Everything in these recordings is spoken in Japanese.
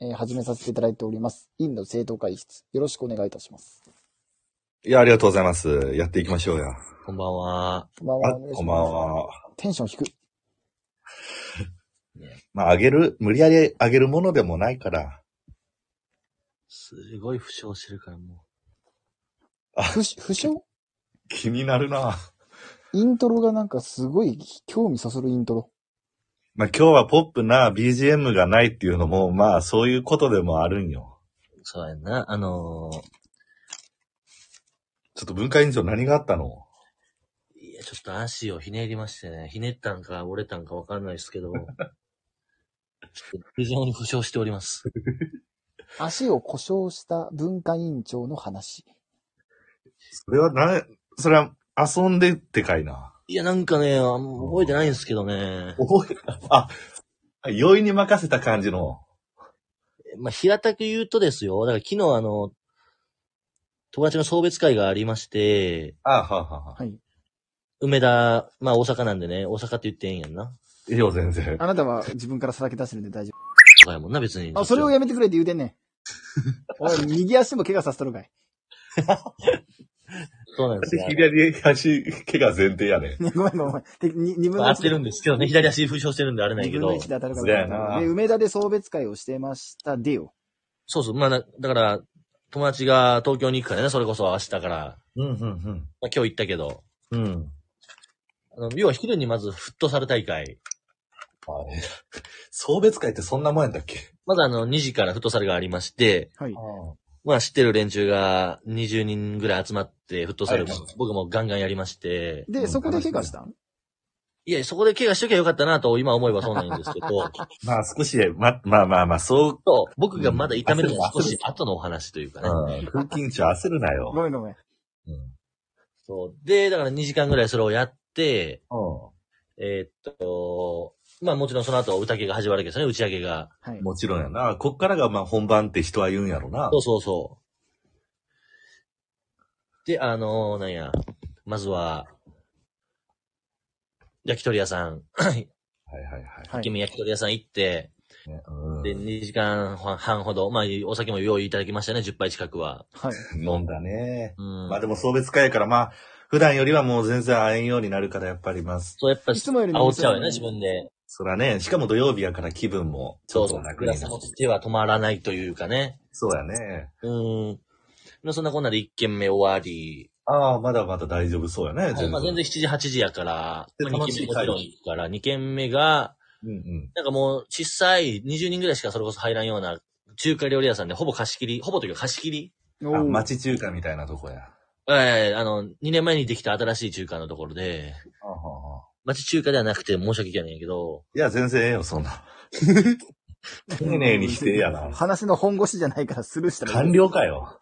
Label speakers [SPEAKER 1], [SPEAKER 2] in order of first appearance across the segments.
[SPEAKER 1] えー始めさせていただいております。インド生徒会室。よろしくお願いいたします。
[SPEAKER 2] いや、ありがとうございます。やっていきましょうや。
[SPEAKER 3] こんばんは。
[SPEAKER 1] こんばん
[SPEAKER 2] あ、
[SPEAKER 1] は。お願いします
[SPEAKER 2] こんばん。は。
[SPEAKER 1] テンション低い。
[SPEAKER 2] まあ、あげる、無理やりあげるものでもないから。
[SPEAKER 3] すごい負傷してるからも
[SPEAKER 1] 不死、不傷
[SPEAKER 2] 気になるな。
[SPEAKER 1] イントロがなんかすごい興味そそるイントロ。
[SPEAKER 2] まあ、今日はポップな BGM がないっていうのも、まあ、そういうことでもあるんよ。
[SPEAKER 3] う。そうやんな。あの
[SPEAKER 2] ちょっと文化委員長何があったの
[SPEAKER 3] ー、いや、ちょっと足をひねりましてね。ひねったんか折れたんかわかんないですけど。ちょっと非常に負傷しております。
[SPEAKER 1] 足を故障した文化委員長の話。
[SPEAKER 2] それはな、それは遊んでってかいな。
[SPEAKER 3] いや、なんかね、あん覚えてないんですけどね。
[SPEAKER 2] 覚え、あ、容易に任せた感じの。
[SPEAKER 3] まあ、平たく言うとですよ。だから昨日あの、友達の送別会がありまして、
[SPEAKER 2] あはあはあはあ。
[SPEAKER 1] はい。
[SPEAKER 3] 梅田、まあ大阪なんでね、大阪って言ってええんやんな。
[SPEAKER 2] いいよ、全然。
[SPEAKER 1] あなたは自分からさらけ出してるんで大丈
[SPEAKER 3] とかやもんな、別に。
[SPEAKER 1] 夫。あ、それをやめてくれって言うてんね ん。おい、右足も怪我させとるかい。
[SPEAKER 3] そうなんですよ。
[SPEAKER 2] 左足、怪我前提やね。
[SPEAKER 1] ごめんごめん。てに二分
[SPEAKER 3] ま
[SPEAKER 1] の
[SPEAKER 3] あ合
[SPEAKER 1] 一
[SPEAKER 3] ってるんですけどね、左足負傷してるんであれない
[SPEAKER 1] 自
[SPEAKER 3] け
[SPEAKER 1] 分
[SPEAKER 3] ど
[SPEAKER 1] の位。置で当たるかもしれ
[SPEAKER 2] そうや
[SPEAKER 1] な。
[SPEAKER 2] ない
[SPEAKER 1] で、梅田で送別会をしてましたでよ。
[SPEAKER 3] そうそう。まあ、だだから、友達が東京に行くからね、それこそ明日から。
[SPEAKER 2] うん、うん、
[SPEAKER 3] まあ、今日行ったけど。
[SPEAKER 2] うん。うん。
[SPEAKER 3] あの、要は昼にまずフットサル大会。
[SPEAKER 2] あれ、 送別会ってそんなもんやったっけ
[SPEAKER 3] まずあの、2時からフットサルがありまして、
[SPEAKER 1] はい。
[SPEAKER 3] まあ知ってる連中が20人ぐらい集まってフットサルも、
[SPEAKER 2] はい
[SPEAKER 3] 僕もガンガンやりまして、
[SPEAKER 2] う
[SPEAKER 1] で、
[SPEAKER 2] ん
[SPEAKER 1] そこで怪我したん
[SPEAKER 3] いや、そこで怪我しときゃよかったなと今思えばそうなんで すけど、
[SPEAKER 2] まあ少し、ま、まあまあまあ、そう、
[SPEAKER 3] と僕がまだ痛めるのは少し後のお話というか
[SPEAKER 2] う
[SPEAKER 3] ね。
[SPEAKER 2] ん、空気中焦るな
[SPEAKER 1] ご
[SPEAKER 2] よ。
[SPEAKER 1] めんごめん。
[SPEAKER 3] そう。で、だから2時間ぐらいそれをやって、
[SPEAKER 2] う
[SPEAKER 3] えーっと、まあもちろんその後は宴が始まるわけですよね、打ち上げが。
[SPEAKER 1] はい
[SPEAKER 2] ん。。もちろんやな。こっからがまあ本番って人は言うんやろな
[SPEAKER 3] そう。そうそう。で、あのーなんや、まずは、焼き鳥屋さん、
[SPEAKER 2] はいはいはい。
[SPEAKER 1] は
[SPEAKER 3] イケ
[SPEAKER 1] い。
[SPEAKER 3] メン焼き鳥屋さん行って、
[SPEAKER 2] ねうん
[SPEAKER 3] で、2時間半ほど、まあ、お酒も用意いただきましたね、10杯近くは。
[SPEAKER 1] はい。
[SPEAKER 2] 飲んだね。
[SPEAKER 3] うん。
[SPEAKER 2] まあでも送別会やからまあ、普段よりはもう全然会えんようになるからやっぱりまあ、
[SPEAKER 3] そう、やっぱ、
[SPEAKER 1] いつもより
[SPEAKER 3] 煽っちゃうよね、
[SPEAKER 1] そ
[SPEAKER 3] 自
[SPEAKER 1] う
[SPEAKER 3] 分で。
[SPEAKER 2] そらね、しかも土曜日やから気分もちょ
[SPEAKER 3] そう
[SPEAKER 2] っ
[SPEAKER 3] そ
[SPEAKER 2] と
[SPEAKER 3] う。
[SPEAKER 2] 楽
[SPEAKER 3] グ
[SPEAKER 2] に
[SPEAKER 3] ラ
[SPEAKER 2] な
[SPEAKER 3] ス
[SPEAKER 2] る
[SPEAKER 3] 持。手は止まらないというかね。
[SPEAKER 2] そうやね。
[SPEAKER 3] うん。まあそんなこんなで1軒目終わり。
[SPEAKER 2] ああ、まだまだ大丈夫そうやね。
[SPEAKER 3] はいまあ、全然7時、8時やから、
[SPEAKER 2] で
[SPEAKER 3] まあ、2
[SPEAKER 2] 楽しい
[SPEAKER 3] 軒目もち
[SPEAKER 2] 会
[SPEAKER 3] ろん行くから、2軒目が、
[SPEAKER 2] うんうん。
[SPEAKER 3] なんかもう、小さい、20人ぐらいしかそれこそ入らんような、中華料理屋さんで、ほぼ貸し切り、ほぼというか貸し切り
[SPEAKER 1] お
[SPEAKER 2] あ、
[SPEAKER 1] ー
[SPEAKER 2] 町中華みたいなとこや。
[SPEAKER 3] ええあの、2年前にできた新しい中華のところで、
[SPEAKER 2] あはは
[SPEAKER 3] 町中華ではなくて申し訳ないんやけど、
[SPEAKER 2] いや、全然ええよ、そんな。丁寧に否定やな。
[SPEAKER 1] 話の本腰じゃないからスルーしたらい
[SPEAKER 2] 官
[SPEAKER 1] い。
[SPEAKER 2] 僚かよ。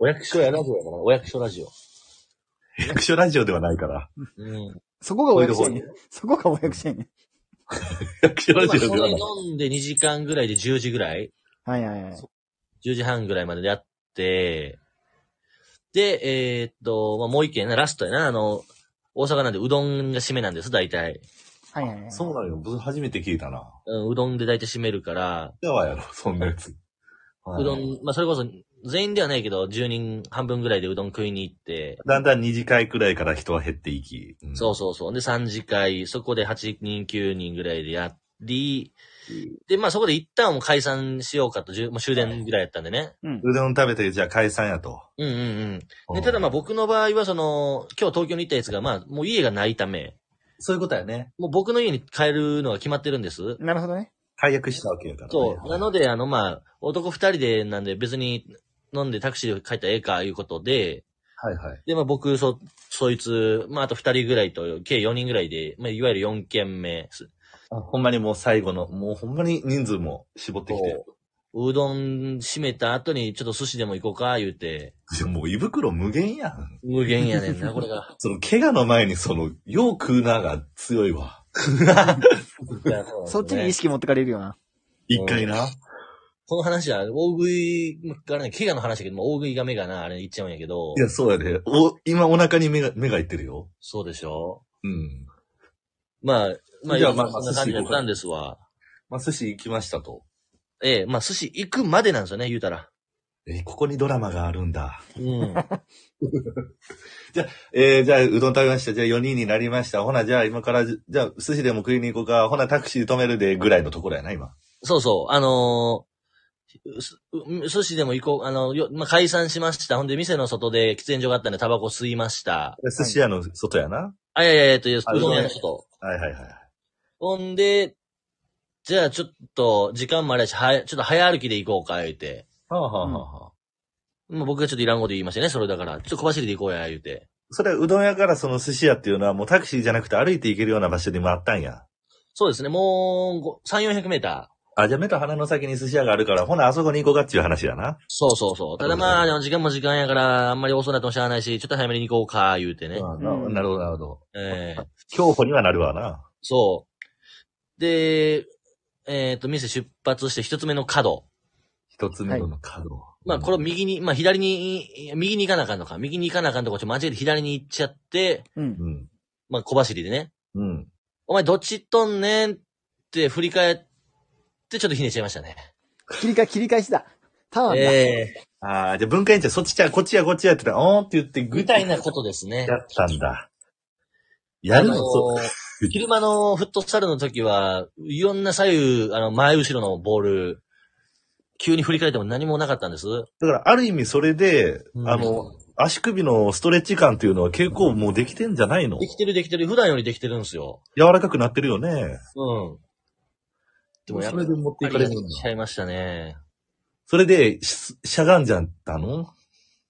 [SPEAKER 3] お役所やラジオやから、お役所ラジオ。
[SPEAKER 2] 役所ラジオではない から。
[SPEAKER 3] うん。
[SPEAKER 1] そこがお役所やねん。そこがお役所やねん。
[SPEAKER 2] 役所
[SPEAKER 3] ま
[SPEAKER 2] ラ
[SPEAKER 3] あ、
[SPEAKER 2] ジオ
[SPEAKER 3] そ
[SPEAKER 2] では
[SPEAKER 3] れ
[SPEAKER 2] ない。
[SPEAKER 3] 飲んで2時間ぐらいで10時ぐらい
[SPEAKER 1] はいはいはい。
[SPEAKER 3] ?10 時半ぐらいまでやって、で、えーっと、まあ、もう一軒な、ラストやな、あの、大阪なんでうどんが締めなんです、大体。
[SPEAKER 1] はいはいはい。
[SPEAKER 2] そうなのよ。僕初めて聞いたな。
[SPEAKER 3] うん、うどんで大体締めるから、
[SPEAKER 2] やわやろ、そんなやつ。はいう
[SPEAKER 3] どん、まあ、それこそ、全員ではないけど、10人半分ぐらいでうどん食いに行って、
[SPEAKER 2] だんだん二次会くらいから人は減っていき。うん
[SPEAKER 3] そうそうそう。で、3次会、そこで8人、9人ぐらいでやり、で、まあ、そこで一旦もう解散しようかと、じゅもう終電ぐらいやったんでね。
[SPEAKER 1] うん。
[SPEAKER 2] うどん食べて、じゃあ解散やと。
[SPEAKER 3] うんうんうん。で、ただまあ、僕の場合は、その、今日東京に行ったやつが、まあ、もう家がないため、
[SPEAKER 2] そういうことやね。
[SPEAKER 3] もう僕の家に帰るのが決まってるんです。
[SPEAKER 1] なるほどね。
[SPEAKER 2] 解約したわけやからね。
[SPEAKER 3] そう。なの
[SPEAKER 2] で、
[SPEAKER 3] で、あの、まあ、男二人でなんで別に飲んでタクシーで帰ったらええか、いうことで、
[SPEAKER 2] はいはい。
[SPEAKER 3] で、まあ僕、そ、そいつ、まああと二人ぐらいと、計四人ぐらいで、まあいわゆる四件目す。
[SPEAKER 2] あほんまにもう最後の、もうほんまに人数も絞ってきて。
[SPEAKER 3] うどん閉めた後に、ちょっと寿司でも行こうか、言うて。
[SPEAKER 2] いやもう胃袋無限やん。
[SPEAKER 3] 無限やねんな、これが。
[SPEAKER 2] その怪我の前にその、よう食うなが強いわ。
[SPEAKER 1] そっちに意
[SPEAKER 3] 識。
[SPEAKER 1] 識持ってかれるよな。
[SPEAKER 2] 一回な。
[SPEAKER 3] この話は、大食いからね、怪我の話だけど、もう大食いが目がな、あれ言っちゃうんやけど
[SPEAKER 2] い。や、そうやで。お、今お腹に目が、目がいってるよ。
[SPEAKER 3] そうでしょ
[SPEAKER 2] うん。
[SPEAKER 3] まあ、まあ、
[SPEAKER 2] じゃあまあまあ
[SPEAKER 3] そんな感じだったんですわ。
[SPEAKER 2] まあ、寿司行きましたと。
[SPEAKER 3] ええまあ寿司行くまでなんですよね、言うたら。
[SPEAKER 2] えーここにドラマがあるんだ。
[SPEAKER 3] うん。
[SPEAKER 2] えー、じゃあ、うどん食べました。じゃあ、4人になりました。ほな、じゃあ、今から、じじゃあ、寿司でも食いに行こうか。ほな、タクシー止めるで、ぐらいのところやな、今。
[SPEAKER 3] そうそう、あのーすう寿司でも行こう、あの、よまあ、解散しました。ほんで、店の外で喫煙所があったんで、タバコ吸いました。
[SPEAKER 2] 寿司屋の外やな。
[SPEAKER 3] あ、いやいやいや、えっと、う
[SPEAKER 2] あ
[SPEAKER 3] どん屋の外。
[SPEAKER 2] はいはいはい。
[SPEAKER 3] ほんで、じゃあちょっと、時間もあれやし、はちょっと早歩きで行こうか、言うて。
[SPEAKER 2] はあ、は
[SPEAKER 1] あは
[SPEAKER 2] はあ。
[SPEAKER 3] まあ、僕がちょっといらんこと言いましたね、それだから。ちょっと小走りで行こうや、言うて。
[SPEAKER 2] それはうどん屋からその寿司屋っていうのはもうタクシーじゃなくて歩いて行けるような場所でもあったんや。
[SPEAKER 3] そうですね、もうご、3、400メーター。
[SPEAKER 2] あ、じゃあ目と鼻の先に寿司屋があるから、ほなあそこに行こうかっていう話やな。
[SPEAKER 3] そうそうそう。ただまあ、でも時間も時間やから、あんまり遅なってもしゃあないし、ちょっと早めに行こうか、言うてね。
[SPEAKER 2] あな
[SPEAKER 1] うん
[SPEAKER 2] なるほど、なるほど。
[SPEAKER 3] ええ
[SPEAKER 2] 競歩にはなるわな。
[SPEAKER 3] そう。で、えっ、と、店出発して一つ目の角。
[SPEAKER 2] 一つ目の角。
[SPEAKER 3] まあ、これを右に、まあ、左に、右に行かなあかんのか。右に行かなあかんとこ、ちょっと間違えて左に行っちゃって、
[SPEAKER 1] うん
[SPEAKER 2] う。ん。
[SPEAKER 3] まあ、小走りでね。
[SPEAKER 2] うん。
[SPEAKER 3] お前どっち行っとんねんって振り返って、ちょっとひねっちゃいましたね。
[SPEAKER 1] 切り替え、切り返しだ。ターンだ。
[SPEAKER 3] ええ
[SPEAKER 2] ああ、じゃあ文化委員長そっちちゃう、こっちや、こっちやって言ったら、おーって言って
[SPEAKER 3] 具
[SPEAKER 2] 具
[SPEAKER 3] 体
[SPEAKER 2] 体
[SPEAKER 3] なことですね
[SPEAKER 2] や。ったんだ。やるの、
[SPEAKER 3] あの
[SPEAKER 2] そう
[SPEAKER 3] 昼間のフットサルの時は、いろんな左右、あの、前後ろのボール、急に振り返っても何もなかったんです。
[SPEAKER 2] だからある意味それで、
[SPEAKER 3] うん
[SPEAKER 2] あの、足首のストレッチ感っていうのは結構もうできてんじゃないの
[SPEAKER 3] できてるできてる。普段よりできてるんですよ。
[SPEAKER 2] 柔らかくなってるよね。
[SPEAKER 3] うん。でもやっ
[SPEAKER 2] そ
[SPEAKER 3] ぱ
[SPEAKER 2] れ
[SPEAKER 3] り
[SPEAKER 2] で持っていかれるんだ
[SPEAKER 3] しちゃいましたね。
[SPEAKER 2] それで、ししゃがんじゃったの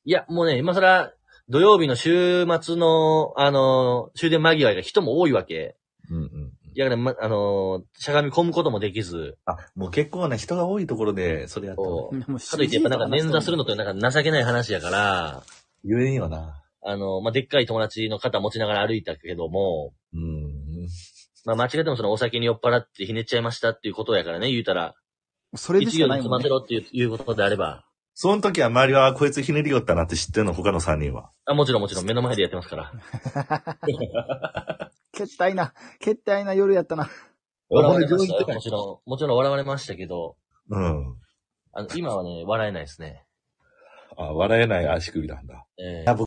[SPEAKER 3] いや、もうね、今更、土曜日の週末の、あの、終電間際が人も多いわけ。
[SPEAKER 2] うんうん。
[SPEAKER 3] いや、だからま、あの、しゃがみ込むこともできず、
[SPEAKER 2] あ、もう結構な人が多いところで、それやったの。
[SPEAKER 3] こう、
[SPEAKER 1] もう
[SPEAKER 3] かといってやっぱなんか捻挫するのってなんか情けない話やから、
[SPEAKER 2] ゆえにはな。
[SPEAKER 3] あの、まあ、でっかい友達の肩持ちながら歩いたけども、
[SPEAKER 2] うん。
[SPEAKER 3] まあ、間違ってもそのお酒に酔っ払ってひねっちゃいましたっていうことやからね、言うたら、
[SPEAKER 1] それで
[SPEAKER 3] 一
[SPEAKER 1] しか
[SPEAKER 3] 行
[SPEAKER 1] な
[SPEAKER 3] に
[SPEAKER 1] い
[SPEAKER 3] つ
[SPEAKER 1] も
[SPEAKER 3] ま
[SPEAKER 1] ん
[SPEAKER 3] せ
[SPEAKER 1] ね。
[SPEAKER 3] ろっていういうことであれば、
[SPEAKER 2] その時は周りは、あこいつひねりよったなって知ってんの、他の3人は。
[SPEAKER 3] あ、もちろんもちろん目の前でやってますから。
[SPEAKER 1] けったいな、けったいな夜やったな。
[SPEAKER 3] 笑われま
[SPEAKER 2] 俺病
[SPEAKER 3] した
[SPEAKER 2] 院行って
[SPEAKER 3] よ
[SPEAKER 2] ない
[SPEAKER 3] もちろん、もちろん笑われましたけど、
[SPEAKER 2] うん。
[SPEAKER 3] あの、今はね、笑えないですね。
[SPEAKER 2] あ、笑えない足首なんだ。
[SPEAKER 3] ええ